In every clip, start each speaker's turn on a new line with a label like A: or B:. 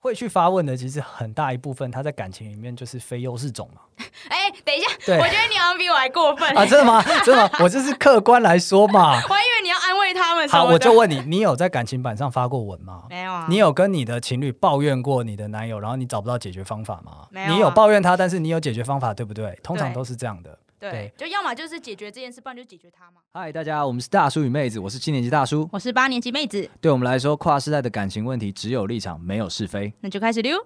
A: 会去发问的，其实很大一部分他在感情里面就是非优势种 嘛。
B: 哎、等一下，
A: 对
B: 我觉得你好像比我还过分。
A: 啊，真的吗？真的吗，我这是客观来说嘛。
B: 我还 以为你要安慰他们什
A: 好，
B: 么的。
A: 我就问你，你有在感情版上发过文吗？
B: 没有啊，
A: 你有跟你的情侣抱怨过你的男友，然后你找不到解决方法吗？
B: 没有啊
A: 你有抱怨他，但是你有解决方法，对不对？通常
B: 对
A: 都是这样的。对
B: 对，就要么就是解决这件事，不然就解决他嘛。
C: 嗨，大家，我们是大叔与妹子，我是七年级大叔。
B: 我是八年级妹子，
C: 对我们来说，跨世代的感情问题只有立场，没有是非。
B: 那就开始溜。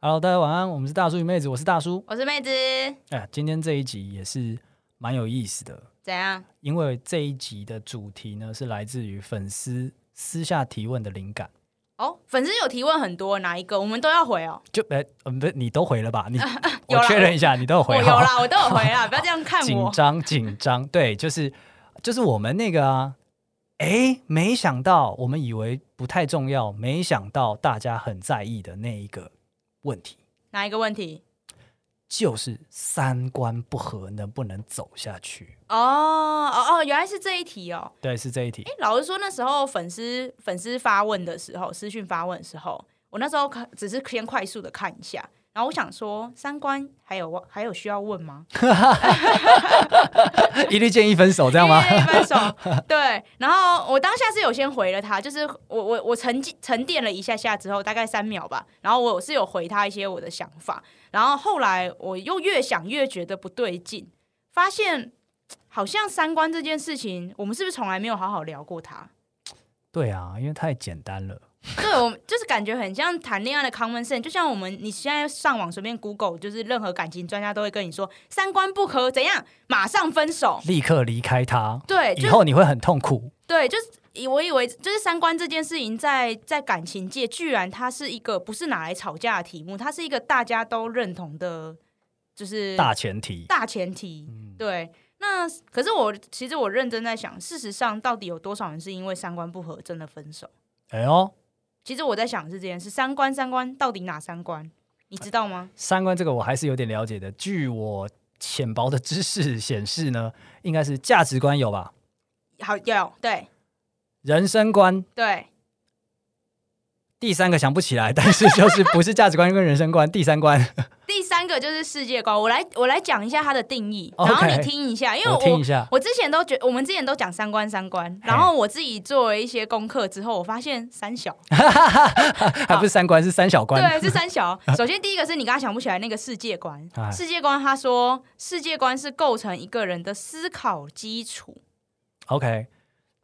A: Hello，大家晚安，我们是大叔与妹子，我是大叔。
B: 我是妹子，
A: 哎，今天这一集也是蛮有意思的，
B: 怎样？
A: 因为这一集的主题呢是来自于粉丝私下提问的灵感。
B: 哦，粉丝有提问很多，哪一个我们都要回哦。
A: 就哎，嗯，不是你都回了吧？你 我
B: 有啦
A: 确认一下，你都有
B: 我
A: 回
B: 哦有
A: 好
B: 啦，我都有回 啦，不要这样看
A: 紧
B: 我。
A: 张紧张，对，就是就是我们那个啊，哎，没想到我们以为不太重要，没想到大家很在意的那一个问题，
B: 哪一个问题？
A: 就是三观不合能不能走下去？
B: 哦哦哦，原来是这一题哦。
A: 对，是这一题
B: 哎，老实说，那时候粉丝粉丝发问的时候，私讯发问的时候，我那时候看只是先快速的看一下，然后我想说，三观还有还有需要问吗？
A: 一律建议分手，这样吗？
B: 因为分手， 对。然后我当下是有先回了他，就是我我我沉浸沉淀了一下下之后，大概三秒吧。然后我是有回他一些我的想法，然后后来我又越想越觉得不对劲，发现好像三观这件事情，我们是不是从来没有好好聊过它？
A: 对啊，因为太简单了。
B: 对，我们就是感觉很像谈恋爱的 common sense，就像我们你现在上网随便 Google，就是任何感情专家都会跟你说三观不合怎样，马上分手。
A: 立刻离开他，
B: 对，就
A: 以后你会很痛苦。
B: 对，就是以我以为就是三观这件事情在，在感情界，居然它是一个不是拿来吵架的题目，它是一个大家都认同的，就是
A: 大前提，
B: 大前提。
A: 嗯，
B: 对，那可是我其实我认真在想，事实上到底有多少人是因为三观不合真的分手？
A: 哎呦，
B: 其实我在想的是这件事，三观三观到底哪三观？你知道吗？
A: 三观这个我还是有点了解的。据我浅薄的知识显示呢，应该是价值观有吧，
B: 好，有对
A: 人生观
B: 对，
A: 第三个想不起来，但是就是不是价值观跟人生观，第三观
B: 第三个就是世界观。我来我来讲一下它的定义，然
A: OK
B: 后你听一下，因为
A: 我听一下。
B: 我之前都觉，我们之前都讲三观三观，然后我自己做了一些功课之后，我发现三小，
A: 还不是三观，是三小观。
B: 对，是三小。首先第一个是你刚刚想不起来那个世界观
A: 哎，
B: 世界观他说世界观是构成一个人的思考基础，
A: OK，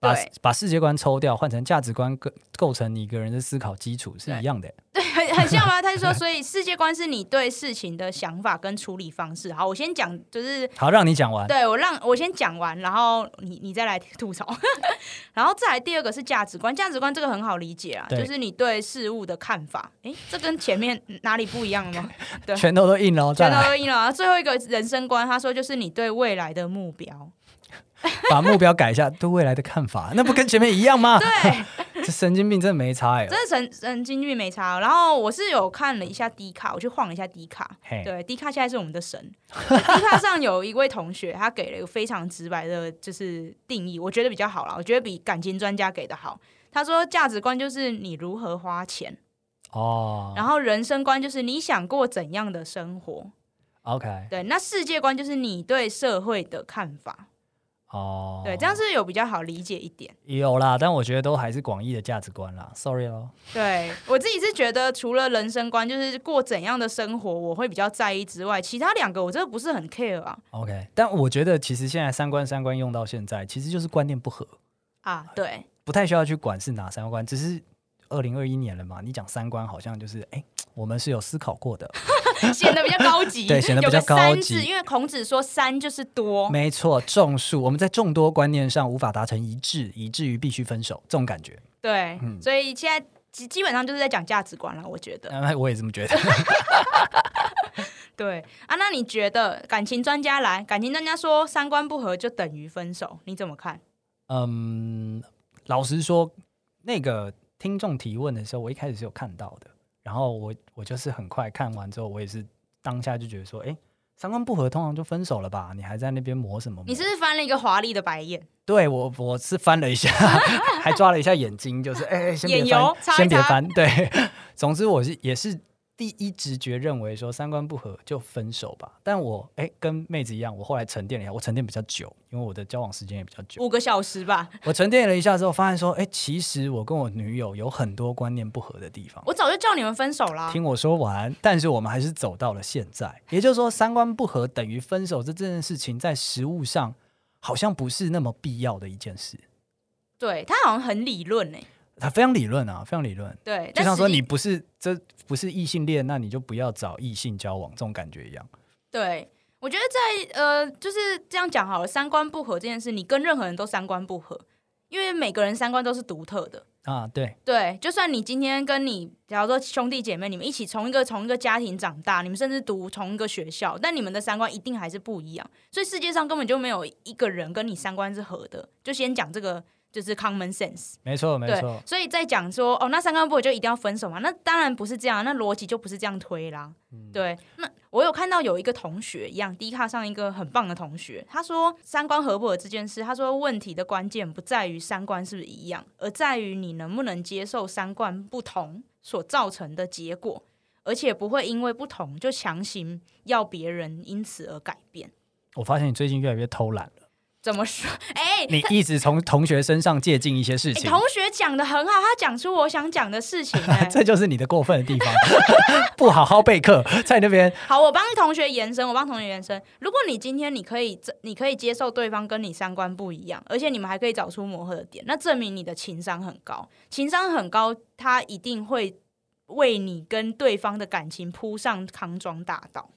A: 把
B: 对
A: 把世界观抽掉，换成价值观构构成你一个人的思考基础是一样的。
B: 对，很很像啊吗？他就说，所以世界观是你对事情的想法跟处理方式。好，我先讲，就是
A: 好，让你讲完。
B: 对我让我先讲完，然后你你再来吐槽， 然后再来第二个是价值观，价值观这个很好理解啊，
A: 对
B: 就是你对事物的看法。诶，这跟前面哪里不一样 了吗？对
A: 拳头都硬了，哦再
B: 全
A: 来
B: 都赢了啊。最后一个人生观，他说就是你对未来的目标。
A: 把目标改一下，对未来的看法，那不跟前面一样吗？
B: 对，
A: 这神经病真的没差哎、
B: 真的神神经病没差哦。然后我是有看了一下迪卡，我去晃了一下迪卡，
A: 嘿
B: 对，迪卡现在是我们的神。迪卡上有一位同学，他给了一个非常直白的，就是定义，我觉得比较好啦，我觉得比感情专家给的好。他说，价值观就是你如何花钱，
A: 哦
B: 然后人生观就是你想过怎样的生活，
A: ，OK，
B: 对，那世界观就是你对社会的看法，
A: 哦，
B: 对，这样是有比较好理解一点。
A: 有啦，但我觉得都还是广义的价值观啦，sorry 咯。
B: 对我自己是觉得，除了人生观，就是过怎样的生活，我会比较在意之外，其他两个我真的不是很 care 啊
A: OK，但我觉得其实现在三观三观用到现在，其实就是观念不合。
B: 啊，对。
A: 不太需要去管是哪三观，只是二零二一年了嘛，你讲三观好像就是哎、我们是有思考过的，
B: 显得比较高级，
A: 对显得比较高级
B: 有个三字因为孔子说“三”就是多，
A: 没错，种树，我们在众多观念上无法达成一致，以至于必须分手，这种感觉，
B: 对，
A: 嗯
B: 所以现在基基本上就是在讲价值观了。我觉得，
A: 那、哎我也这么觉得。
B: 对啊，那你觉得感情专家来，感情专家说三观不合就等于分手，你怎么看？
A: 嗯，老实说，那个听众提问的时候，我一开始是有看到的，然后我我就是很快看完之后，我也是当下就觉得说，哎、三观不合，通常就分手了吧？你还在那边磨什么磨？
B: 你是不是翻了一个华丽的白眼？
A: 对我，我是翻了一下， 还抓了一下眼睛，就是哎、先别
B: 眼油
A: 翻，
B: 擦一
A: 先别
B: 擦
A: 翻。对，总之我是也是第一直觉认为说三观不合就分手吧。但我哎、跟妹子一样，我后来沉淀了一下，我沉淀比较久，因为我的交往时间也比较久。
B: 五个小时吧，
A: 我沉淀了一下之后，发现说，哎、其实我跟我女友有很多观念不合的地方。
B: 我早就叫你们分手啦。
A: 听我说完，但是我们还是走到了现在。也就是说，三观不合等于分手这件事情，在实物上好像不是那么必要的一件事。
B: 对他好像很理论哎、
A: 它非常理论啊，非常理论。
B: 对，
A: 就
B: 但
A: 像说
B: 实际
A: 你不是这不是异性恋，那你就不要找异性交往，这种感觉一样。
B: 对，我觉得在呃，就是这样讲好了，三观不合这件事，你跟任何人都三观不合，因为每个人三观都是独特的。
A: 啊，对，
B: 对，就算你今天跟你，假如说兄弟姐妹，你们一起从一个从一个家庭长大，你们甚至读同一个学校，但你们的三观一定还是不一样。所以世界上根本就没有一个人跟你三观是合的。就先讲这个，就是 common sense。
A: 没错，没
B: 对
A: 错，，
B: 所以再讲说哦，那三观不合就一定要分手嘛？那当然不是这样，那逻辑就不是这样推啦。对，那我有看到有一个同学一样，低卡上一个很棒的同学，他说三观合不合这件事，他说问题的关键不在于三观是不是一样，而在于你能不能接受三观不同所造成的结果，而且不会因为不同就强行要别人因此而改变。
A: 我发现你最近越来越偷懒了，
B: 怎么说？哎、
A: 你一直从同学身上借鉴一些事
B: 哎
A: 情，
B: 同学讲的很好，他讲出我想讲的事情、哎
A: 这就是你的过分的地方， 不好好备课，在那边
B: 好，我帮同学延伸，我帮同学延伸。如果你今天你可以，你可以接受对方跟你三观不一样，而且你们还可以找出磨合的点，那证明你的情商很高。情商很高，他一定会为你跟对方的感情铺上康庄大道。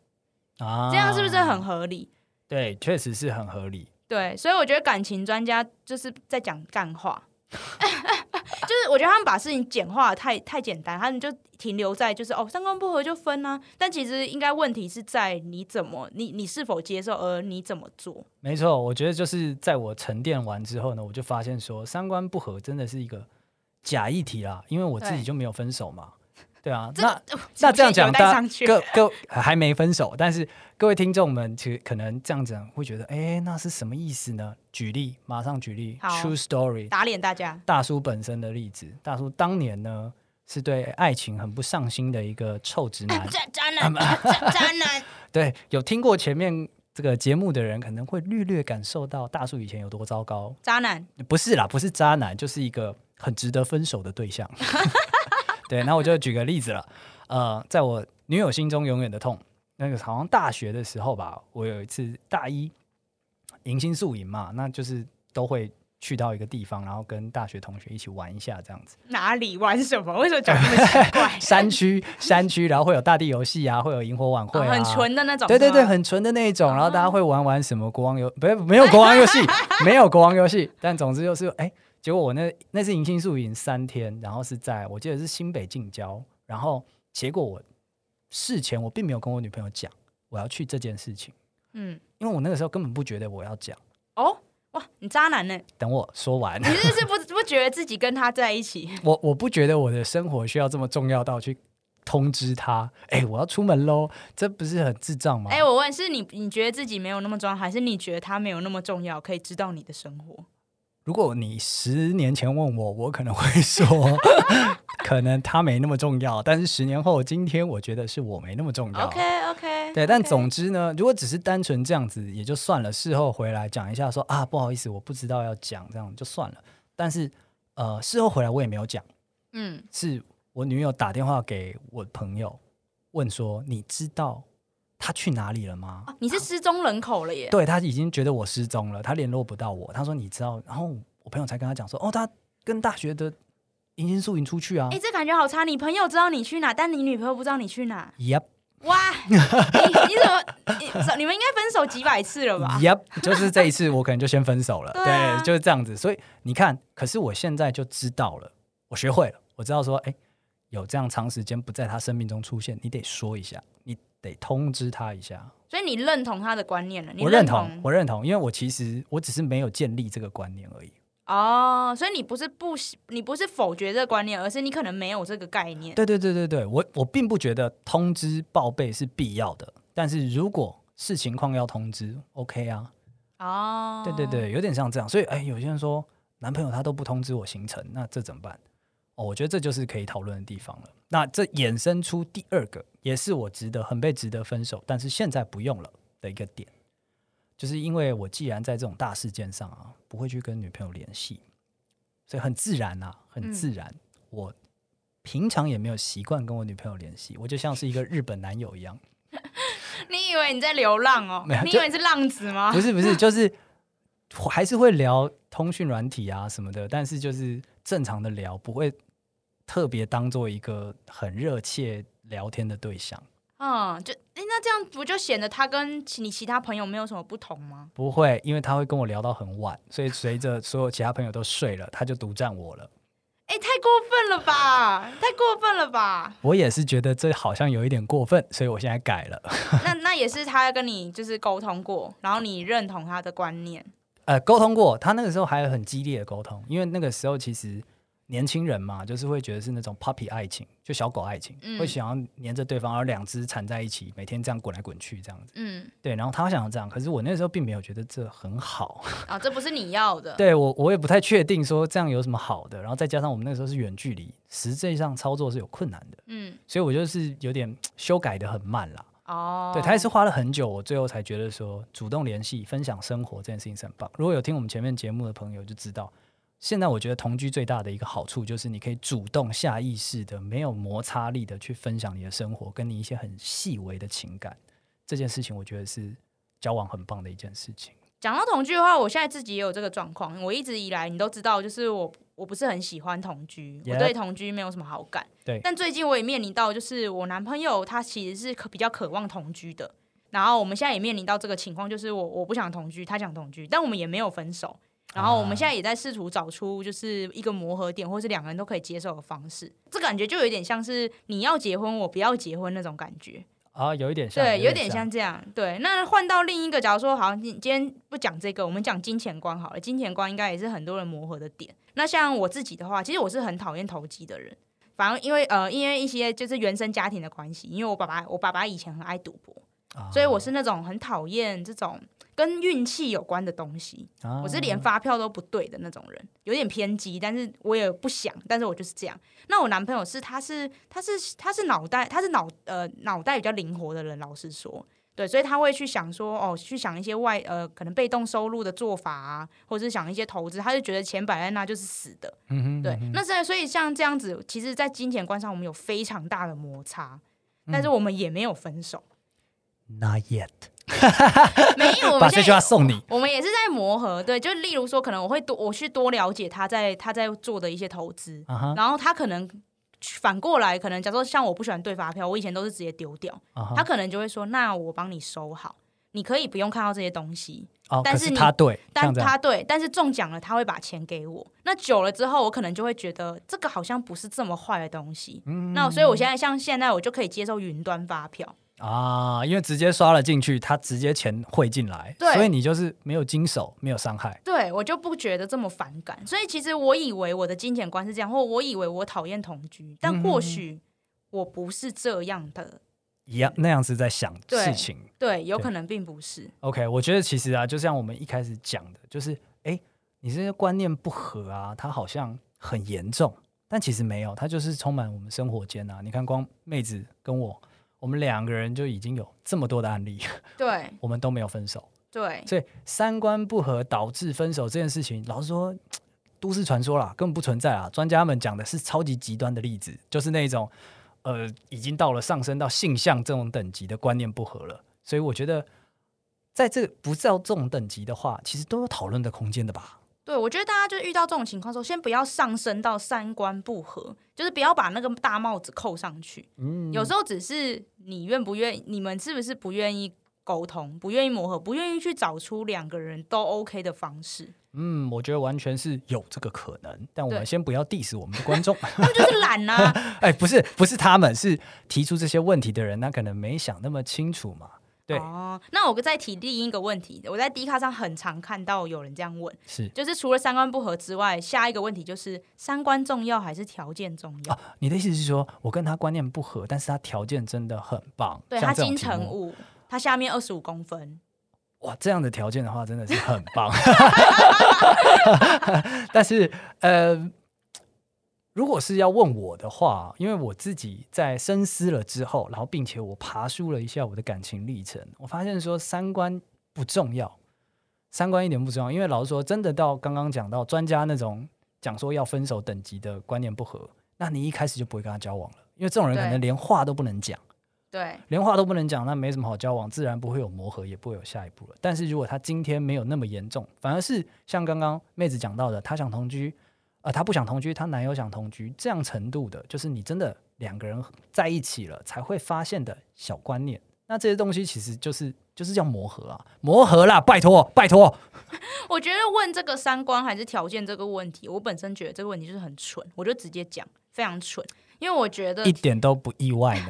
A: 啊，
B: 这样是不是很合理？
A: 对？确实是很合理。
B: 对，所以我觉得感情专家就是在讲干话。 就是我觉得他们把事情简化得太太简单，他们就停留在就是哦三观不合就分啊，但其实应该问题是在你怎么你你是否接受，而你怎么做。
A: 没错，我觉得就是在我沉淀完之后呢，我就发现说三观不合真的是一个假议题啦，因为我自己
B: 对
A: 就没有分手嘛。对啊，
B: 这哦
A: 那那这样讲，
B: 带
A: 大
B: 上
A: 家
B: 去，
A: 各各还没分手，但是各位听众们，其实可能这样子会觉得，哎，那是什么意思呢？举例，马上举例
B: 好
A: ，True Story，
B: 打脸大家。
A: 大叔本身的例子。大叔当年呢是对爱情很不上心的一个臭直男，
B: 渣渣男，
A: 啊
B: 渣渣男，
A: 对，有听过前面这个节目的人，可能会略略感受到大叔以前有多糟糕。
B: 渣男，
A: 不是啦，不是渣男，就是一个很值得分手的对象。 对，那我就举个例子了，呃，在我女友心中永远的痛，那个好像大学的时候吧，我有一次大一迎新宿营嘛，那就是都会去到一个地方，然后跟大学同学一起玩一下这样子。？
B: 哪里玩什么？为什么讲那么奇怪
A: 山区，山区，然后会有大地游戏啊，会有萤火晚会、啊
B: 哦很纯的那种，
A: 对对对，
B: 是吗
A: 很纯的那一种，然后大家会玩玩什么国王游，不是没有国王游戏，没有国王游戏，但总之就是哎，结果我那那次迎新宿营三天，然后是在我记得是新北近郊，然后结果我事前我并没有跟我女朋友讲我要去这件事情，
B: 嗯，
A: 因为我那个时候根本不觉得我要讲，
B: 哦，哇，你渣男呢？
A: 等我说完，
B: 你是不是不不觉得自己跟他在一起？
A: 我我不觉得我的生活需要这么重要到去通知她，哎，我要出门喽，这不是很智障吗？
B: 哎、我问，是你你觉得自己没有那么重要，还是你觉得他没有那么重要，可以知道你的生活？
A: 如果你十年前问我，我可能会说， 可能他没那么重要。但是十年后，今天我觉得是我没那么重要。
B: OK OK，
A: 对，但总之呢，如果只是单纯这样子也就算了，事后回来讲一下说啊，不好意思，我不知道要讲，这样就算了。但是呃，事后回来我也没有讲，
B: 嗯，
A: 是我女友打电话给我朋友问说，你知道他去哪里了吗？
B: 哦，你是失踪人口了耶。
A: 对他已经觉得我失踪了，他联络不到我。他说你知道，然后我朋友才跟他讲说，哦，他跟大学的迎新宿营出去啊
B: 哎、。这感觉好差。你朋友知道你去哪，但你女朋友不知道你去哪。
A: Yep,
B: 哇，你你怎么你你们应该分手几百次了吧？
A: yep，就是这一次我可能就先分手了，
B: 对啊
A: 对，就是这样子。所以你看，可是我现在就知道了，我学会了，我知道说，哎，有这样长时间不在他生命中出现，你得说一下，你得通知他一下。
B: 所以你认同他的观念了，你
A: 我认
B: 同
A: 我认同，因为我其实我只是没有建立这个观念而已。
B: 哦，所以你不是不喜，你不是否决这个观念，而是你可能没有这个概念。
A: 对对对对对，我我并不觉得通知报备是必要的，但是如果视情况要通知，OK 啊？
B: 哦，
A: 对对，对，有点像这样。所以，哎，有些人说男朋友他都不通知我行程，那这怎么办？哦，我觉得这就是可以讨论的地方了。那这衍生出第二个，也是我值得很被值得分手，但是现在不用了的一个点，就是因为我既然在这种大事件上啊，不会去跟女朋友联系，所以很自然啊，很自然，我平常也没有习惯跟我女朋友联系，我就像是一个日本男友一样。
B: 你以为你在流浪哦
A: 没有？
B: 你以
A: 就
B: 为你是浪子吗
A: 不？是不是，就是我还是会聊通讯软体啊什么的，但是就是正常的聊，不会特别当做一个很热切聊天的对象，
B: 嗯，就诶那这样不就显得他跟其你其他朋友没有什么不同吗？
A: 不会，因为他会跟我聊到很晚，所以随着所有其他朋友都睡了，他就独占我了。
B: 哎、太过分了吧！太过分 了吧！
A: 我也是觉得这好像有一点过分，所以我现在改了。
B: 那那也是他跟你就是沟通过，然后你认同他的观念。
A: 呃，沟通过，他那个时候还有很激烈的沟通，因为那个时候其实年轻人嘛，就是会觉得是那种 puppy 爱情，就小狗爱情，
B: 嗯
A: 会想要黏着对方，而两只缠在一起，每天这样滚来滚去这样子。
B: 嗯，
A: 对，然后他想要这样，可是我那时候并没有觉得这很好，
B: 啊，这不是你要的。
A: 对我我也不太确定说这样有什么好的，然后再加上我们那时候是远距离，实际上操作是有困难的，
B: 嗯，
A: 所以我就是有点修改的很慢啦。
B: 哦，
A: 对，他也是花了很久，我最后才觉得说主动联系、分享生活这件事情是很棒。如果有听我们前面节目的朋友就知道，现在我觉得同居最大的一个好处就是你可以主动、下意识的、没有摩擦力的去分享你的生活，跟你一些很细微的情感。这件事情我觉得是交往很棒的一件事情。
B: 讲到同居的话，我现在自己也有这个状况。我一直以来你都知道，就是我我不是很喜欢同居
A: Yep
B: 我对同居没有什么好感。
A: 对
B: 但最近我也面临到，就是我男朋友他其实是可比较渴望同居的。然后我们现在也面临到这个情况，就是我我不想同居，他想同居，但我们也没有分手。然后我们现在也在试图找出就是一个磨合点，或是两个人都可以接受的方式。这感觉就有点像是你要结婚，我不要结婚那种感觉。
A: 啊，有一点像，
B: 对，有点像这样。对，那换到另一个，假如说好，你今天不讲这个，我们讲金钱观好了。金钱观应该也是很多人磨合的点。那像我自己的话，其实我是很讨厌投机的人。反正因为呃，因为一些就是原生家庭的关系，因为我爸爸，我爸爸以前很爱赌博，
A: 啊，
B: 所以我是那种很讨厌这种跟运气有关的东西。
A: 啊
B: 我是连发票都不对的那种人，有点偏激，但是我也不想，但是我就是这样。那我男朋友是，他是，他是，他是脑袋，他是脑呃脑袋比较灵活的人，老实说，对，所以他会去想说，哦，去想一些外呃可能被动收入的做法啊，或者是想一些投资，他就觉得钱摆在那就是死的，
A: 嗯哼
B: 对
A: 嗯哼。
B: 那是所以像这样子，其实，在金钱观上我们有非常大的摩擦，
A: 嗯
B: 但是我们也没有分手，
A: Not yet，
B: 没有，我
A: 把
B: 们
A: 这
B: 现
A: 句
B: 在
A: 话送你。
B: 我们也是在磨合，对，就例如说，可能我会多我去多了解他在他在做的一些投资，
A: 啊哈，
B: 然后他可能反过来，可能假如说像我不喜欢对发票，我以前都是直接丢掉，
A: 啊
B: 他
A: 哈，
B: 可能就会说，那我帮你收好，你可以不用看到这些东西，
A: 哦，
B: 但
A: 可
B: 是
A: 是
B: 你
A: 他对，
B: 但
A: 像这样
B: 他对，但是中奖了他会把钱给我，那久了之后，我可能就会觉得这个好像不是这么坏的东西，
A: 嗯
B: 那所以我现在像现在我就可以接受云端发票，
A: 啊，因为直接刷了进去，他直接钱汇进来，
B: 对
A: 所以你就是没有经手，没有伤害。
B: 对我就不觉得这么反感。所以其实我以为我的金钱观是这样，或我以为我讨厌同居，
A: 嗯
B: 但或许我不是这样的。
A: 一样那样子在想
B: 对
A: 事情。
B: 对，有
A: 对
B: 可能并不是。
A: OK，我觉得其实啊，就像我们一开始讲的，就是哎，诶你这些观念不合啊，它好像很严重，但其实没有，它就是充满我们生活间啊。你看，光妹子跟我，我们两个人就已经有这么多的案例，
B: 对
A: 我们都没有分手，
B: 对
A: 所以三观不合导致分手这件事情，老实说。都市传说啦，根本不存在啊！专家们讲的是超级极端的例子，就是那种呃，已经到了上升到性向这种等级的观念不合了。所以我觉得，在这不到这种等级的话，其实都有讨论的空间的吧？
B: 对，我觉得大家就遇到这种情况的时候，先不要上升到三观不合，就是不要把那个大帽子扣上去。
A: 嗯，
B: 有时候只是你愿不愿意，你们是不是不愿意沟通，不愿意磨合，不愿意去找出两个人都 OK 的方式。
A: 嗯，我觉得完全是有这个可能，但我们
B: 对
A: 先不要 diss 我们的观众。
B: 他们就是懒啊，
A: 哎，不是，不是他们，是提出这些问题的人，那可能没想那么清楚嘛。对，
B: 哦，那我再提另一个问题，我在 D 卡上很常看到有人这样问，
A: 是
B: 就是除了三观不合之外，下一个问题就是三观重要还是条件重
A: 哦
B: 要？
A: 你的意思是说，我跟他观念不合，但是他条件真的很棒，
B: 对
A: 像
B: 他
A: 这种
B: 金
A: 题
B: 城
A: 目
B: 武，他下面二十五公分，
A: 哇，这样的条件的话，真的是很棒。但是，呃，如果是要问我的话，因为我自己在深思了之后，然后并且我爬梳了一下我的感情历程，我发现说三观不重要，三观一点不重要。因为老实说，真的到刚刚讲到专家那种讲说要分手等级的观念不合，那你一开始就不会跟他交往了，因为这种人可
B: 对
A: 能连话都不能讲。
B: 对
A: 连话都不能讲，那没什么好交往，自然不会有磨合，也不会有下一步了。但是如果他今天没有那么严重，反而是像刚刚妹子讲到的，她想同居，呃，她不想同居，她男友想同居，这样程度的，就是你真的两个人在一起了才会发现的小观念。那这些东西其实就是就是叫磨合啊，磨合啦，拜托拜托，
B: 我觉得问这个三观还是条件这个问题，我本身觉得这个问题就是很蠢，我就直接讲非常蠢，因为我觉得，
A: 一
B: 因
A: 点都不意外呢。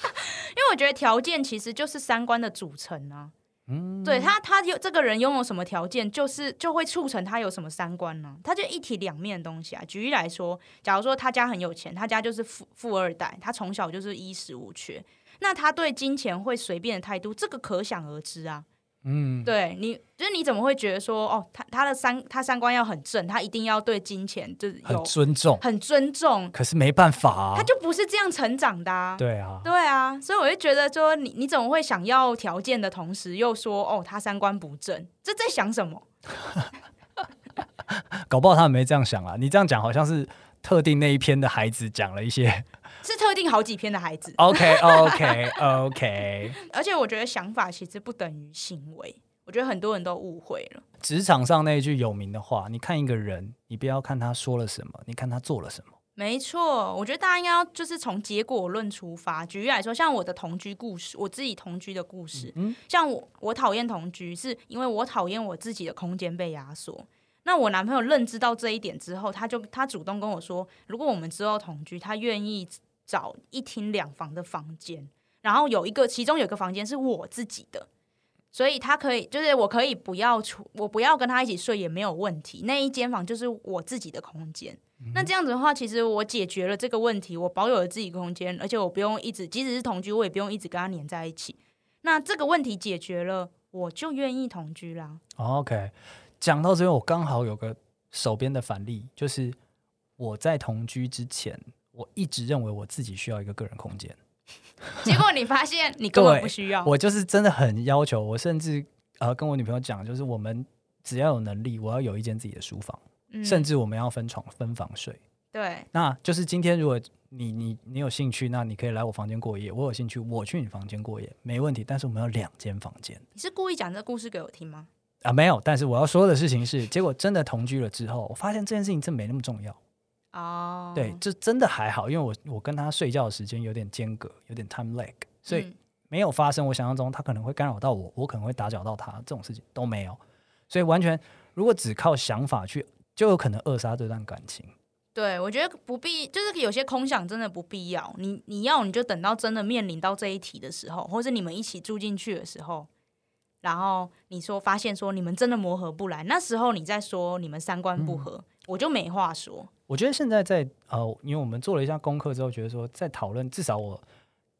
B: 为我觉得条件其实就是三观的组成啊。嗯，对他，他有这个人拥有什么条件，就是就会促成他有什么三观呢、他就一体两面的东西啊。举例来说，假如说他家很有钱，他家就是富富二代，他从小就是衣食无缺，那他对金钱会随便的态度，这个可想而知啊。
A: 嗯，
B: 对你，就是你怎么会觉得说，哦，他他的三他三观要很正，他一定要对金钱就是
A: 很
B: 有
A: 尊重，
B: 很尊重，
A: 可是没办法啊
B: 他，就不是这样成长的、啊。
A: 对啊，
B: 对啊，所以我就觉得说你，你怎么会想要条件的同时又说，哦，他三观不正，这在想什么？
A: 搞不好他们没这样想啊。你这样讲好像是特定那一篇的孩子讲了一些。
B: 是特定好几篇的孩子，
A: OK OK OK，
B: 而且我觉得想法其实不等于行为，我觉得很多人都误会了。
A: 职场上那一句有名的话，你看一个人，你不要看他说了什么，你看他做了什么。
B: 没错，我觉得大家应该要就是从结果论出发。举例来说，像我的同居故事，我自己同居的故事，
A: 嗯
B: 像我我讨厌同居，是因为我讨厌我自己的空间被压缩。那我男朋友认知到这一点之后，他就他主动跟我说，如果我们之后同居，他愿意找一厅两房的房间，然后有一个其中有一个房间是我自己的。所以他可以，就是我可以不要出，我不要跟他一起睡也没有问题。那一间房就是我自己的空间，那这样子的话，其实我解决了这个问题，我保有了自己空间，而且我不用一直，即使是同居，我也不用一直跟他黏在一起。那这个问题解决了，我就愿意同 居啦。
A: OK，讲到这边，我刚好有个手边的反例，就是我在同居之前，我一直认为我自己需要一个个人空间，
B: 结果你发现你根本不需要，
A: 我就是真的很要求，我甚至呃跟我女朋友讲，就是我们只要有能力，我要有一间自己的书房，
B: 嗯
A: 甚至我们要分床分房睡。
B: 对
A: 那就是今天如果你你你有兴趣，那你可以来我房间过夜；我有兴趣，我去你房间过夜，没问题。但是我们有两间房间
B: 你是故意讲这个故事给我听吗？
A: 啊，没有。但是我要说的事情是，结果真的同居了之后，我发现这件事情真没那么重要。
B: 哦，
A: 对，这真的还好，因为我我跟他睡觉的时间有点间隔，有点 time lag，所以
B: 嗯
A: 没有发生我想象中他可能会干扰到我，我可能会打搅到他这种事情都没有。所以完全如果只靠想法去，就有可能扼杀这段感情。
B: 对，我觉得不必，就是有些空想真的不必要。你你要你就等到真的面临到这一题的时候，或是你们一起住进去的时候，然后你说发现说你们真的磨合不来，那时候你再说你们三观
A: 嗯
B: 不合，我就没话说。
A: 我觉得现在在呃，因为我们做了一下功课之后，觉得说在讨论，至少我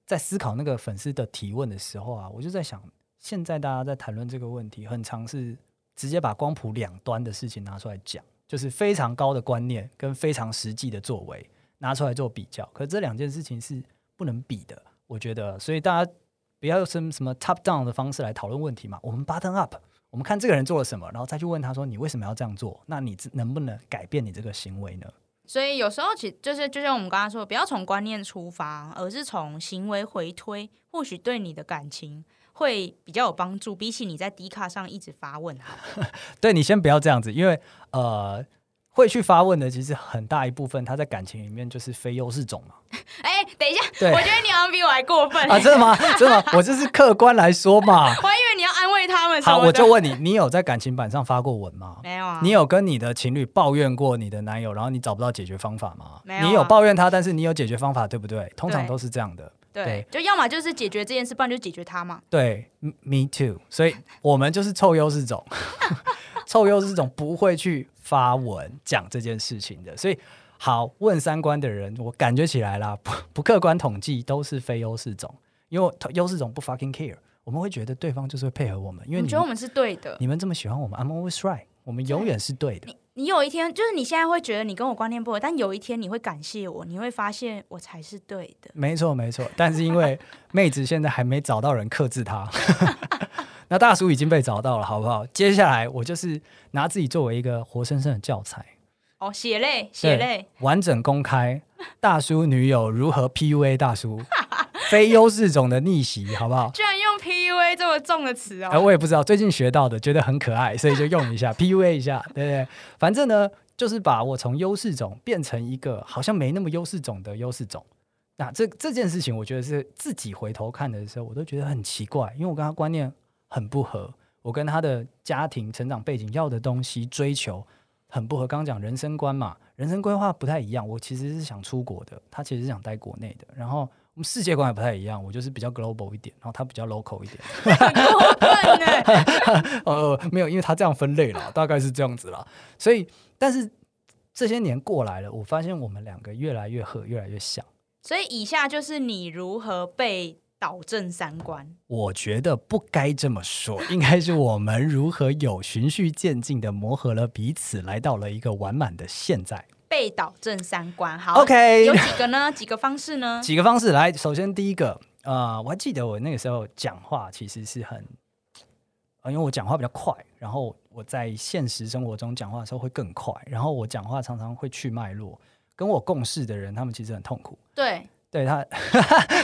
A: 在思考那个粉丝的提问的时候啊，我就在想，现在大家在谈论这个问题，很常是直接把光谱两端的事情拿出来讲，就是非常高的观念跟非常实际的作为拿出来做比较，可这两件事情是不能比的，我觉得，所以大家不要用什么什么 top down 的方式来讨论问题嘛，我们 button up。我们看这个人做了什么，然后再去问他说：“你为什么要这样做？那你这能不能改变你这个行为呢？”
B: 所以有时候其就是就像我们刚刚说，不要从观念出发，而是从行为回推，或许对你的感情会比较有帮助，比起你在迪卡上一直发问啊。
A: 对你先不要这样子，因为呃，会去发问的其实很大一部分他在感情里面就是非优势种嘛。
B: 哎、等一下，
A: 对
B: 我觉得你好像比我还过分、
A: 啊，真的吗？真 的吗？我这是客观来说嘛。
B: 我还以为你要安慰他们什
A: 好，
B: 么
A: 我
B: 的。
A: 就问你，你有在感情版上发过文吗？
B: 没有啊，
A: 你有跟你的情侣抱怨过你的男友，然后你找不到解决方法吗？
B: 没有啊
A: 你有抱怨他，但是你有解决方法，对不对？通常
B: 对
A: 都是这样的。
B: 对，就要么就是解决这件事，不然就解决它嘛。
A: 对，m-，me too。所以我们就是臭优势种， 臭优势种不会去发文讲这件事情的。所以，好问三观的人，我感觉起来啦，不不客观统计都是非优势种，因为我优势种不 fucking care。我们会觉得对方就是会配合我们，因
B: 你
A: 为
B: 们
A: 你
B: 觉得我
A: 们
B: 们是对的。
A: 你们这么喜欢我们，I'm always right，我们永远是对的。
B: 你有一天，就是你现在会觉得你跟我观念不合，但有一天你会感谢我，你会发现我才是对的。
A: 没错没错，但是因为妹子现在还没找到人克制她， 那大叔已经被找到了，好不好？接下来我就是拿自己作为一个活生生的教材，
B: 哦，血泪，血泪，
A: 完整公开大叔女友如何 PUA 大叔， 非优势种的逆袭，好不好？
B: 居然用 PUA 这么重的词
A: 哎，
B: 哦。
A: 我也不知道，最近学到的，觉得很可爱，所以就用一下 PUA 一下，对不对？反正呢，就是把我从优势种变成一个好像没那么优势种的优势种。那这这件事情，我觉得是自己回头看的时候，我都觉得很奇怪，因为我跟他观念很不合，我跟他的家庭成长背景要的东西追求很不合。刚刚讲人生观嘛，人生规划不太一样。我其实是想出国的，他其实是想待国内的。然后我们世界观也不太一样，我就是比较 global 一点，然后他比较 local 一点。
B: 很过分欸呢，
A: 呃，没有，因为他这样分类了，大概是这样子啦。所以，但是这些年过来了，我发现我们两个越来越合，越来越像。
B: 所以以下就是你如何被导正三观。
A: 我觉得不该这么说，应该是我们如何有循序渐进的磨合了彼此，来到了一个完满的现在。
B: 被导正三观，好
A: OK
B: 有几个呢？几个方式呢？
A: 几个方式来，首先第一个，呃，我还记得我那个时候讲话其实是很，呃、因为我讲话比较快，然后我在现实生活中讲话的时候会更快，然后我讲话常常会去脉络，跟我共事的人他们其实很痛苦。
B: 对，
A: 对他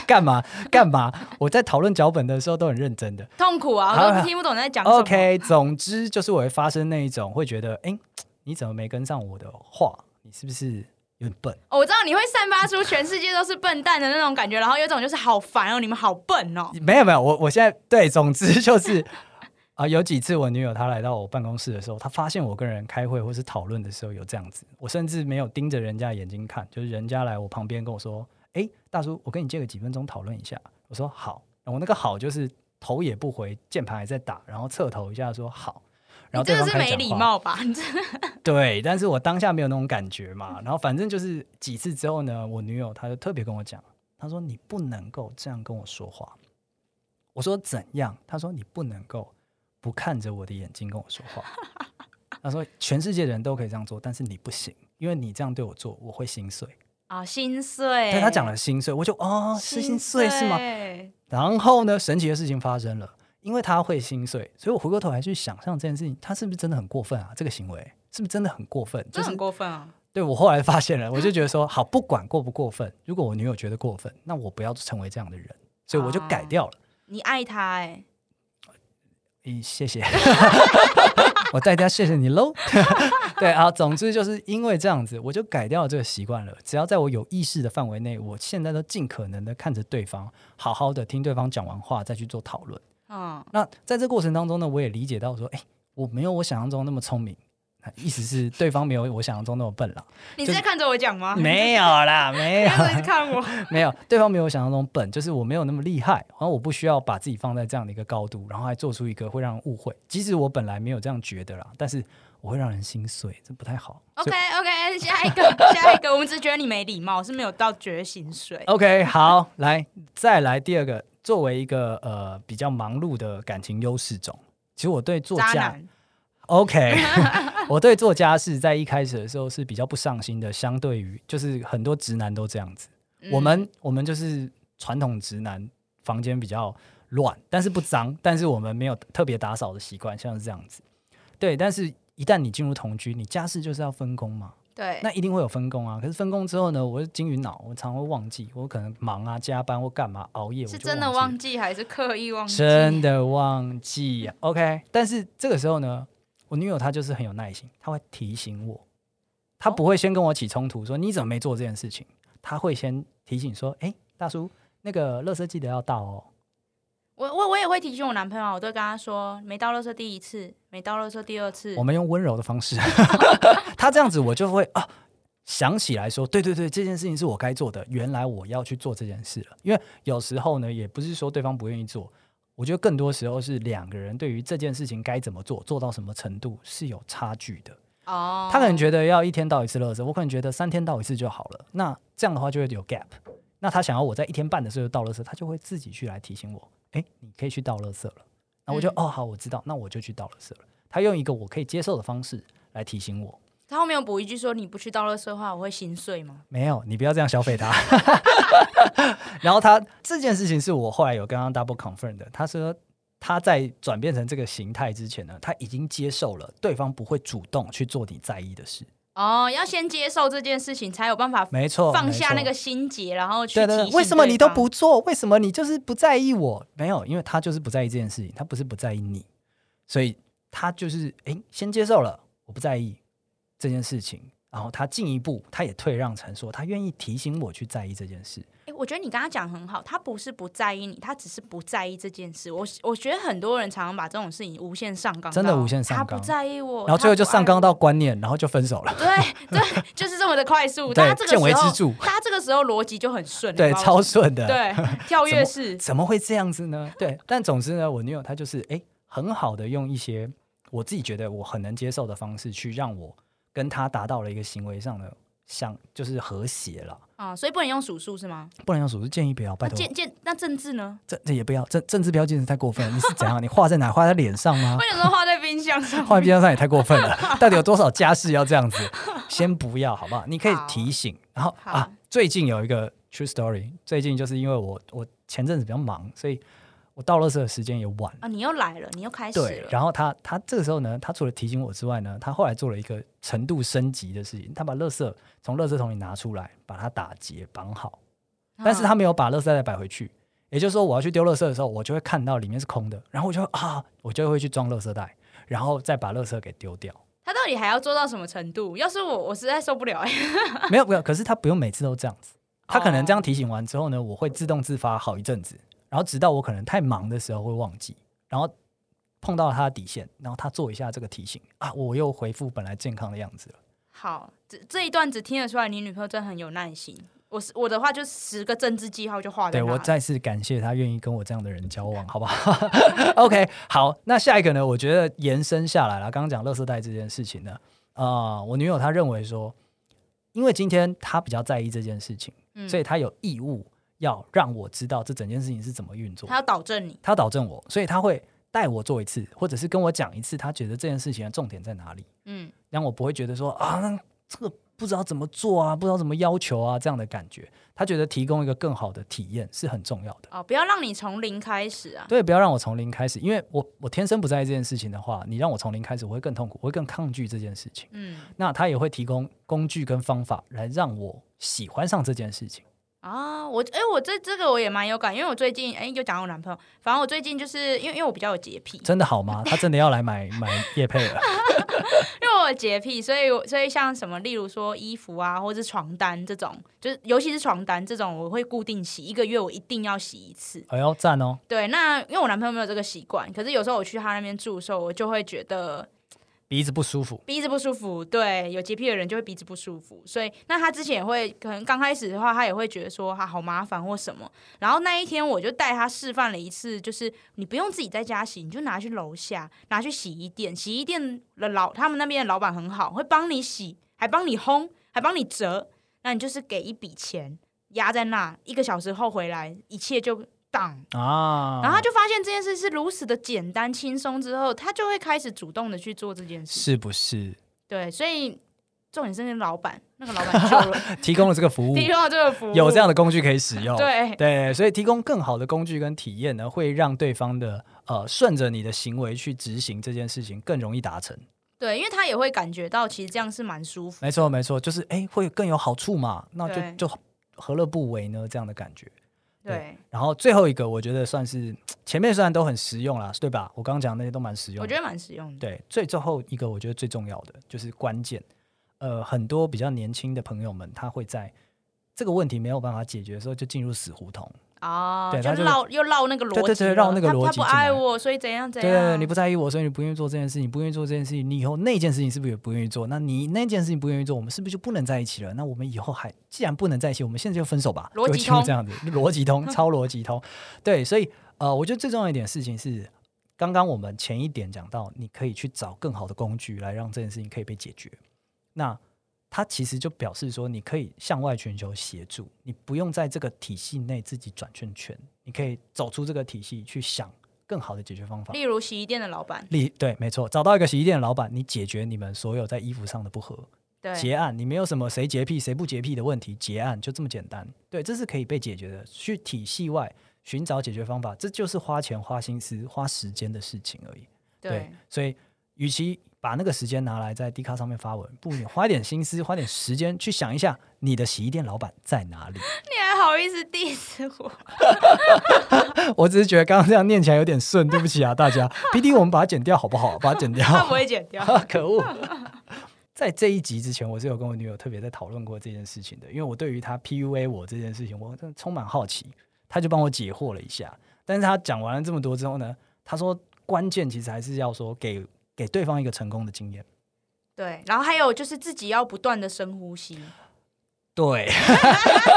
A: 干嘛干嘛？我在讨论脚本的时候都很认真的。
B: 痛苦啊，
A: 好
B: 我都听不懂你 在讲什么。
A: OK，总之就是我会发生那一种会觉得，哎、你怎么没跟上我的话？你是不是有点笨？
B: 哦我知道你会散发出全世界都是笨蛋的那种感觉，然后有一种就是好烦哦，你们好笨哦。
A: 没有没有，我我现在对，总之就是 啊、有几次我女友她来到我办公室的时候，她发现我跟人开会或是讨论的时候有这样子，我甚至没有盯着人家眼睛看，就是人家来我旁边跟我说：“哎，大叔，我跟你借个几分钟讨论一下。”我说：“好。”我那个好就是头也不回，键盘还在打，然后侧头一下说：“好。”然
B: 你
A: 后对
B: 真
A: 方
B: 的是
A: 开始
B: 没
A: 讲
B: 礼
A: 话
B: 貌吧？你这
A: 对，但是我当下没有那种感觉嘛。然后反正就是几次之后呢，我女友她就特别跟我讲，她说你不能够这样跟我说话。我说怎样？她说你不能够不看着我的眼睛跟我说 话。她说全世界的人都可以这样做，但是你不行，因为你这样对我做，我会心碎。
B: 啊、心碎。
A: 但她讲了心碎，我就哦是哎心碎是吗？
B: 碎
A: 然后呢，神奇的事情发生了，因为他会心碎，所以我回过头来去想象这件事情，他是不是真的很过分啊？这个行为是不是真的很过分？就
B: 这
A: 是
B: 很过分啊！
A: 对我后来发现了，我就觉得说，好，不管过不过分，如果我女友觉得过分，那我不要成为这样的人，所以我就改掉了。
B: 你爱他哎、
A: 咦，谢谢， 我大家谢谢你喽。 对啊，总之就是因为这样子，我就改掉了这个习惯了。只要在我有意识的范围内，我现在都尽可能的看着对方，好好的听对方讲完话再去做讨论。
B: 嗯，
A: 那在这过程当中呢，我也理解到说，哎，我没有我想象中那么聪明，那意思是对方没有我想象中那么笨啦。
B: 你是在看着我讲吗？
A: 没有啦，没有
B: 你。在 看我。
A: 没有，对方没有我想象中笨，就是我没有那么厉害，然后我不需要把自己放在这样的一个高度，然后还做出一个会让人误会。即使我本来没有这样觉得啦，但是我会让人心碎，这不太好。
B: OK
A: 所以
B: OK，下一个，下一个，我们只是觉得你没礼貌，是没有到觉醒水。
A: OK，好，来再来第二个，作为一个呃比较忙碌的感情优势种，其实我对作
B: 渣
A: 家
B: 男，
A: OK，我对作家是在一开始的时候是比较不上心的，相对于就是很多直男都这样子。
B: 嗯
A: 我们我们就是传统直男，房间比较乱，但是不脏，但是我们没有特别打扫的习惯，像是这样子。对，但是一旦你进入同居，你家事就是要分工嘛，
B: 对
A: 那一定会有分工啊。可是分工之后呢，我是金鱼脑，我常会忘记，我可能忙啊、加班或干嘛、熬夜，我
B: 是
A: 就
B: 真的
A: 忘记
B: 忘记还是刻意忘记？
A: 真的忘记。OK，但是这个时候呢，我女友她就是很有耐心，她会提醒我，
B: 哦
A: 她不会先跟我起冲突，说你怎么没做这件事情，她会先提醒说，哎、大叔，那个垃圾记得要倒哦。
B: 我我我也会提醒我男朋友，我都会跟他说，没到垃圾第一次，没到垃圾第二次
A: 我。们用温柔的方式，她这样子我就会啊。想起来说，对对对，这件事情是我该做的，原来我要去做这件事了。因为有时候呢，也不是说对方不愿意做，我觉得更多时候是两个人对于这件事情该怎么做，做到什么程度是有差距的。
B: 哦，
A: 他可能觉得要一天到一次乐色，我可能觉得三天到一次就好了。那这样的话就会有 gap。那他想要我在一天半的时候就到乐色，他就会自己去来提醒我。哎，你可以去倒垃圾了。那
B: 嗯
A: 我就、哦好，我知道，那我就去倒垃圾了。他用一个我可以接受的方式来提醒我，
B: 他后面有补一句说：“你不去倒垃圾的话，我会心碎吗
A: 没有，你不要这样消费 他。然后他这件事情是我后来有跟他 double confirm 的，他说他在转变成这个形态之前呢，他已经接受了对方不会主动去做你在意的事。？”
B: 哦，要先接受这件事情，才有办法
A: 没错，
B: 放下
A: 没错
B: 那个心结，然后去
A: 对对
B: 提
A: 对，
B: 醒
A: 为什么你都
B: 对方
A: 不做？为什么你就是不在意我？没有，因为他就是不在意这件事情，他不是不在意你，所以他就是诶，先接受了我不在意这件事情，然后他进一步他也退让成说，他愿意提醒我去在意这件事。
B: 欸我觉得你刚刚讲很好，他不是不在意你，他只是不在意这件事。我我觉得很多人常常把这种事情无限上纲到，
A: 真的无限上纲
B: 他哦不在意我，
A: 然后最后就上纲
B: 到
A: 到观念，然后就分手了。
B: 对对， 就是这么的快速。
A: 对
B: 但他这
A: 见
B: 个
A: 微
B: 时
A: 知
B: 候，
A: 著
B: 他这个时候逻辑就很顺，
A: 对，
B: 你知道
A: 超
B: 吗
A: 顺的。，
B: 对跳跃式，
A: 怎么会这样子呢？对，但总之呢，我女友她就是诶，很好的用一些我自己觉得我很能接受的方式，去让我跟她达到了一个行为上的相，就是和谐了。
B: 啊、所以不能用数数是吗？
A: 不能用手术，建议不要，拜
B: 那
A: 托，
B: 政政那政治呢？
A: 这这也不要，政政治标记是太过分了。你是怎样？你画在哪？画在脸上吗
B: 为？什么画在冰箱上？
A: 画在冰箱上也太过分了。到底有多少家事要这样子？先不要，好不好？你可以提醒。然后
B: 好
A: 啊，最近有一个 true story，最近就是因为我我前阵子比较忙，所以我到垃圾的时间也晚。
B: 啊，你又来了，你又开始
A: 对，
B: 了。
A: 然后他他这个时候呢，他除了提醒我之外呢，他后来做了一个程度升级的事情，他把垃圾从垃圾桶里拿出来，把它打结绑好。
B: 啊
A: 但
B: 嗯
A: 是他没有把垃圾袋摆回去，也就是说我要去丢垃圾的时候，我就会看到里面是空的，然后我就会啊，我就会去装垃圾袋，然后再把垃圾给丢掉。
B: 他到底还要做到什么程度？要是我，我实在受不了哎、
A: 没有没有，可是他不用每次都这样子，他可能
B: 哦
A: 这样提醒完之后呢，我会自动自发好一阵子，然后直到我可能太忙的时候会忘记，然后碰到他的底线，然后他做一下这个提醒啊，我又恢复本来健康的样子了。
B: 好，这这一段只听得出来，你女朋友真的很有耐心。我是我的话，就十个政治记号就画在
A: 对
B: 那
A: 我
B: 了
A: 再次感谢他愿意跟我这样的人交往，好不好 ？OK，好，那下一个呢？我觉得延伸下来了，刚刚讲垃圾袋这件事情呢，啊、我女友她认为说，因为今天她比较在意这件事情，
B: 嗯
A: 所以她有义务要让我知道这整件事情是怎么运作
B: 他。要导正你。
A: 她导正我，所以她会带我做一次，或者是跟我讲一次，她觉得这件事情的重点在哪里。
B: 嗯，
A: 让我不会觉得说啊，那这个不知道怎么做啊，不知道怎么要求啊这样的感觉。他觉得提供一个更好的体验是很重要的。
B: 哦，不要让你从零开始啊。
A: 对，不要让我从零开始，因为我我天生不在意这件事情的话，你让我从零开始，我会更痛苦，我会更抗拒这件事情。
B: 嗯，
A: 那他也会提供工具跟方法来让我喜欢上这件事情。
B: 啊，我哎、我这这个我也蛮有感，因为我最近哎、又讲到我男朋友，反正我最近就是因为因为我比较有洁癖，
A: 真的好吗？他真的要来买买叶配了？
B: 因为我有洁癖，所以我所以像什么，例如说衣服啊，或者是床单这种，就是尤其是床单这种，我会固定洗，一个月我一定要洗一次。
A: 哎呦，赞哦！
B: 对，那因为我男朋友没有这个习惯，可是有时候我去他那边住的时候，我就会觉得
A: 鼻子不舒服，
B: 鼻子不舒服，对，有洁癖的人就会鼻子不舒服，所以那他之前也会可能刚开始的话，他也会觉得说他好麻烦或什么。然后那一天我就带他示范了一次，就是你不用自己在家洗，你就拿去楼下，拿去洗衣店，洗衣店的老他们那边的老板很好，会帮你洗，还帮你烘，还帮你折，那你就是给一笔钱压在那，一个小时后回来，一切就当
A: 啊。
B: 然后他就发现这件事是如此的简单轻松之后，他就会开始主动的去做这件事。
A: 是不是
B: 对，所以重点是那个老板，那个老 板救了，
A: 提供了这个服务？
B: 提供到这个服务，
A: 哦有这样的工具可以使用。
B: 对
A: 对，所以提供更好的工具跟体验呢，会让对方的呃顺着你的行为去执行这件事情更容易达成。
B: 对，因为他也会感觉到其实这样是蛮舒服。
A: 没错，没错，就是哎会更有好处嘛，那
B: 对
A: 就就何乐不为呢？这样的感觉。
B: 对，
A: 然后最后一个，我觉得算是前面虽然都很实用啦，对吧？我刚刚讲的那些都蛮实用的，
B: 我觉得蛮实用的。
A: 对，最最后一个我觉得最重要的就是关键。呃，很多比较年轻的朋友们，他会在这个问题没有办法解决的时候，就进入死胡同。
B: 哦，
A: 对
B: 就
A: 他就
B: 绕又绕那个逻辑
A: 对对
B: 了，
A: 对绕那个逻
B: 他
A: 辑进
B: 他不
A: 来
B: 爱我，所以怎样怎
A: 对
B: 样。
A: 对对，你不在意我，所以你不愿意做这件事情，不愿意做这件事情，你以后那件事情是不是也不愿意做？那你那件事情不愿意做，我们是不是就不能在一起了？那我们以后还既然不能在一起，我们现在就分手吧，
B: 逻
A: 就
B: 辑
A: 会进入
B: 通
A: 这样子，逻辑 通，超逻辑通。对，所以呃，我觉得最重要一点事情是，刚刚我们前一点讲到，你可以去找更好的工具来让这件事情可以被解决。那它其实就表示说，你可以向外寻求协助，你不用在这个体系内自己转圈圈，你可以走出这个体系去想更好的解决方法。
B: 例如洗衣店的老板，
A: 例对，没错，找到一个洗衣店的老板，你解决你们所有在衣服上的不合，
B: 对，
A: 结案，你没有什么谁洁癖谁不洁癖的问题，结案就这么简单。对，这是可以被解决的。去体系外寻找解决方法，这就是花钱、花心思、花时间的事情而已。
B: 对，
A: 所以与其把那个时间拿来在 D 卡上面发文，不如你花一点心思、花点时间去想一下你的洗衣店老板在哪里。
B: 你还好意思 diss 我？
A: 我只是觉得刚刚这样念起来有点顺，对不起啊大家。P D，我们把它剪掉好不好？把它剪掉。
B: 他不会剪掉。
A: 可恶！啊在这一集之前，我是有跟我女友特别在讨论过这件事情的，因为我对于她 PUA 我这件事情，我真的充满好奇，她就帮我解惑了一下。但是她讲完了这么多之后呢，她说关键其实还是要说给给对方一个成功的经验。
B: 对，然后还有就是自己要不断的深呼吸，
A: 对，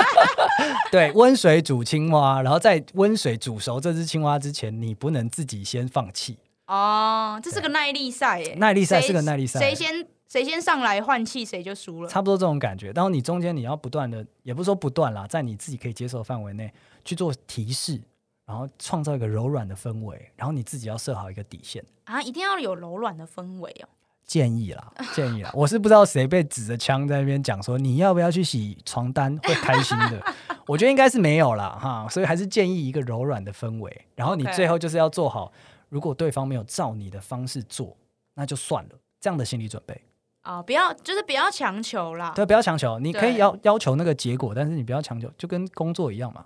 A: 对，温水煮青蛙，然后在温水煮熟这只青蛙之前，你不能自己先放弃。
B: 哦，这是个耐力赛耶，
A: 耐力赛
B: 谁
A: 是个耐力赛
B: 谁先谁先上来换气，谁就输了。
A: 差不多这种感觉。然后你中间你要不断的，也不是说不断啦，在你自己可以接受的范围内去做提示，然后创造一个柔软的氛围，然后你自己要设好一个底线。
B: 啊，一定要有柔软的氛围哦。
A: 建议啦，建议啦，我是不知道谁被指着枪在那边讲说你要不要去洗床单会开心的，我觉得应该是没有啦哈，所以还是建议一个柔软的氛围，然后你
B: OK
A: 最后就是要做好，如果对方没有照你的方式做，那就算了，这样的心理准备。
B: 啊，不要就是不要强求啦。
A: 对，不要强求，你可以
B: 对
A: 要要求那个结果，但是你不要强求，就跟工作一样嘛，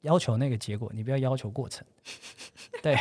A: 要求那个结果，你不要要求过 程。对，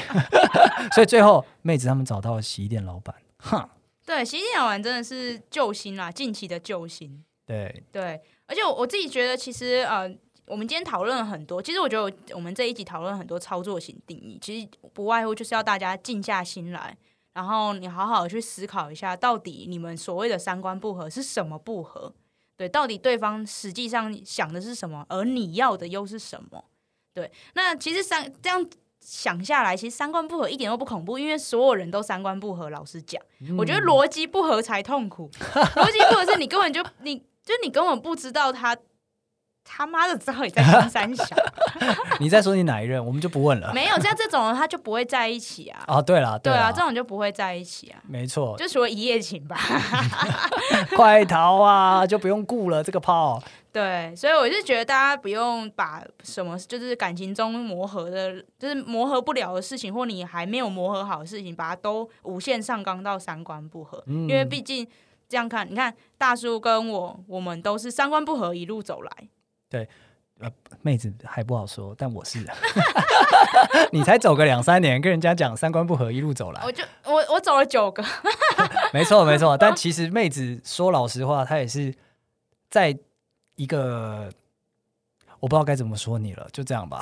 A: 所以最后妹子他们找到了洗衣店老板，哈，
B: 对，洗脸碗真的是救星啦，近期的救星。
A: 对，
B: 对，而且我我自己觉得，其实呃，我们今天讨论了很多，其实我觉得我我们这一集讨论了很多操作型定义，其实不外乎就是要大家静下心来，然后你好好地去思考一下，到底你们所谓的三观不合是什么不合？对，到底对方实际上想的是什么，而你要的又是什么？对，那其实三这样想下来，其实三观不合一点都不恐怖，因为所有人都三观不合。老实讲，我
A: 嗯
B: 觉得逻辑不合才痛苦。逻辑不合是你根本就 你就你根本不知道他他妈的知道你在跟三小，
A: 你再说你哪一任，我们就不问了。
B: 没有这样这种人他就不会在一起啊。
A: 哦，对了，
B: 对啊，
A: 了，
B: 这种就不会在一起啊。
A: 没错，
B: 就除了一夜情吧，
A: 快逃啊，就不用顾了这个炮。
B: 对，所以我是觉得大家不用把什么就是感情中磨合的，就是磨合不了的事情，或你还没有磨合好的事情，把它都无限上纲到三观不合，
A: 嗯
B: 因为毕竟这样看，你看大叔跟我，我们都是三观不合一路走来，
A: 嗯妹子还不好说，但我是， 你才走个两三年，跟人家讲三观不合，一路走来
B: 我，就我我走了九个，
A: 没错，没错。但其实妹子说老实话，她也是在一个我不知道该怎么说你了，就这样吧。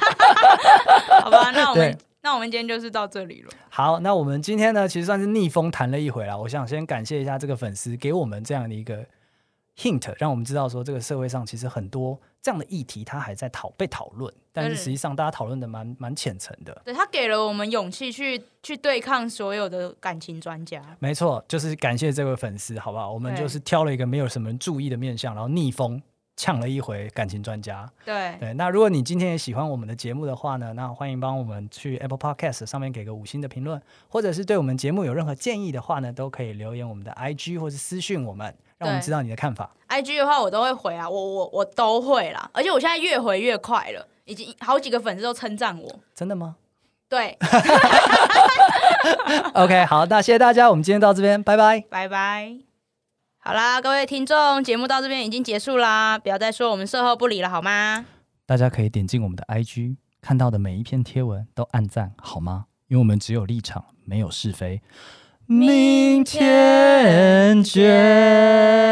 B: 好吧，那我们
A: 对
B: 那我们今天就是到这里了。
A: 好，那我们今天呢，其实算是逆风谈了一回啦。我想先感谢一下这个粉丝给我们这样的一个 hint，让我们知道说这个社会上其实很多这样的议题，它还在讨被讨论，但是
B: 嗯
A: 实际上大家讨论的蛮蛮浅层的。
B: 对他给了我们勇气去去对抗所有的感情专家。
A: 没错，就是感谢这位粉丝，好不好？我们
B: 对
A: 就是挑了一个没有什么人注意的面相，然后逆风呛了一回感情专家。
B: 对，
A: 对，那如果你今天也喜欢我们的节目的话呢，那欢迎帮我们去 Apple Podcast 上面给个五星的评论，或者是对我们节目有任何建议的话呢，都可以留言我们的 IG 或是私讯我们，让我们
B: 对
A: 知道你的看法。
B: IG 的话我都会回啊，我我我都会啦，而且我现在越回越快了，已经好几个粉丝都称赞我。
A: 真的吗
B: 对，
A: ？OK，好，那谢谢大家，我们今天到这边，拜拜。
B: 拜拜。好啦，各位听众，节目到这边已经结束啦，不要再说我们售后不理了，好吗？
A: 大家可以点进我们的 IG，看到的每一篇贴文都按赞好吗？因为我们只有立场，没有是非。
B: 明天见。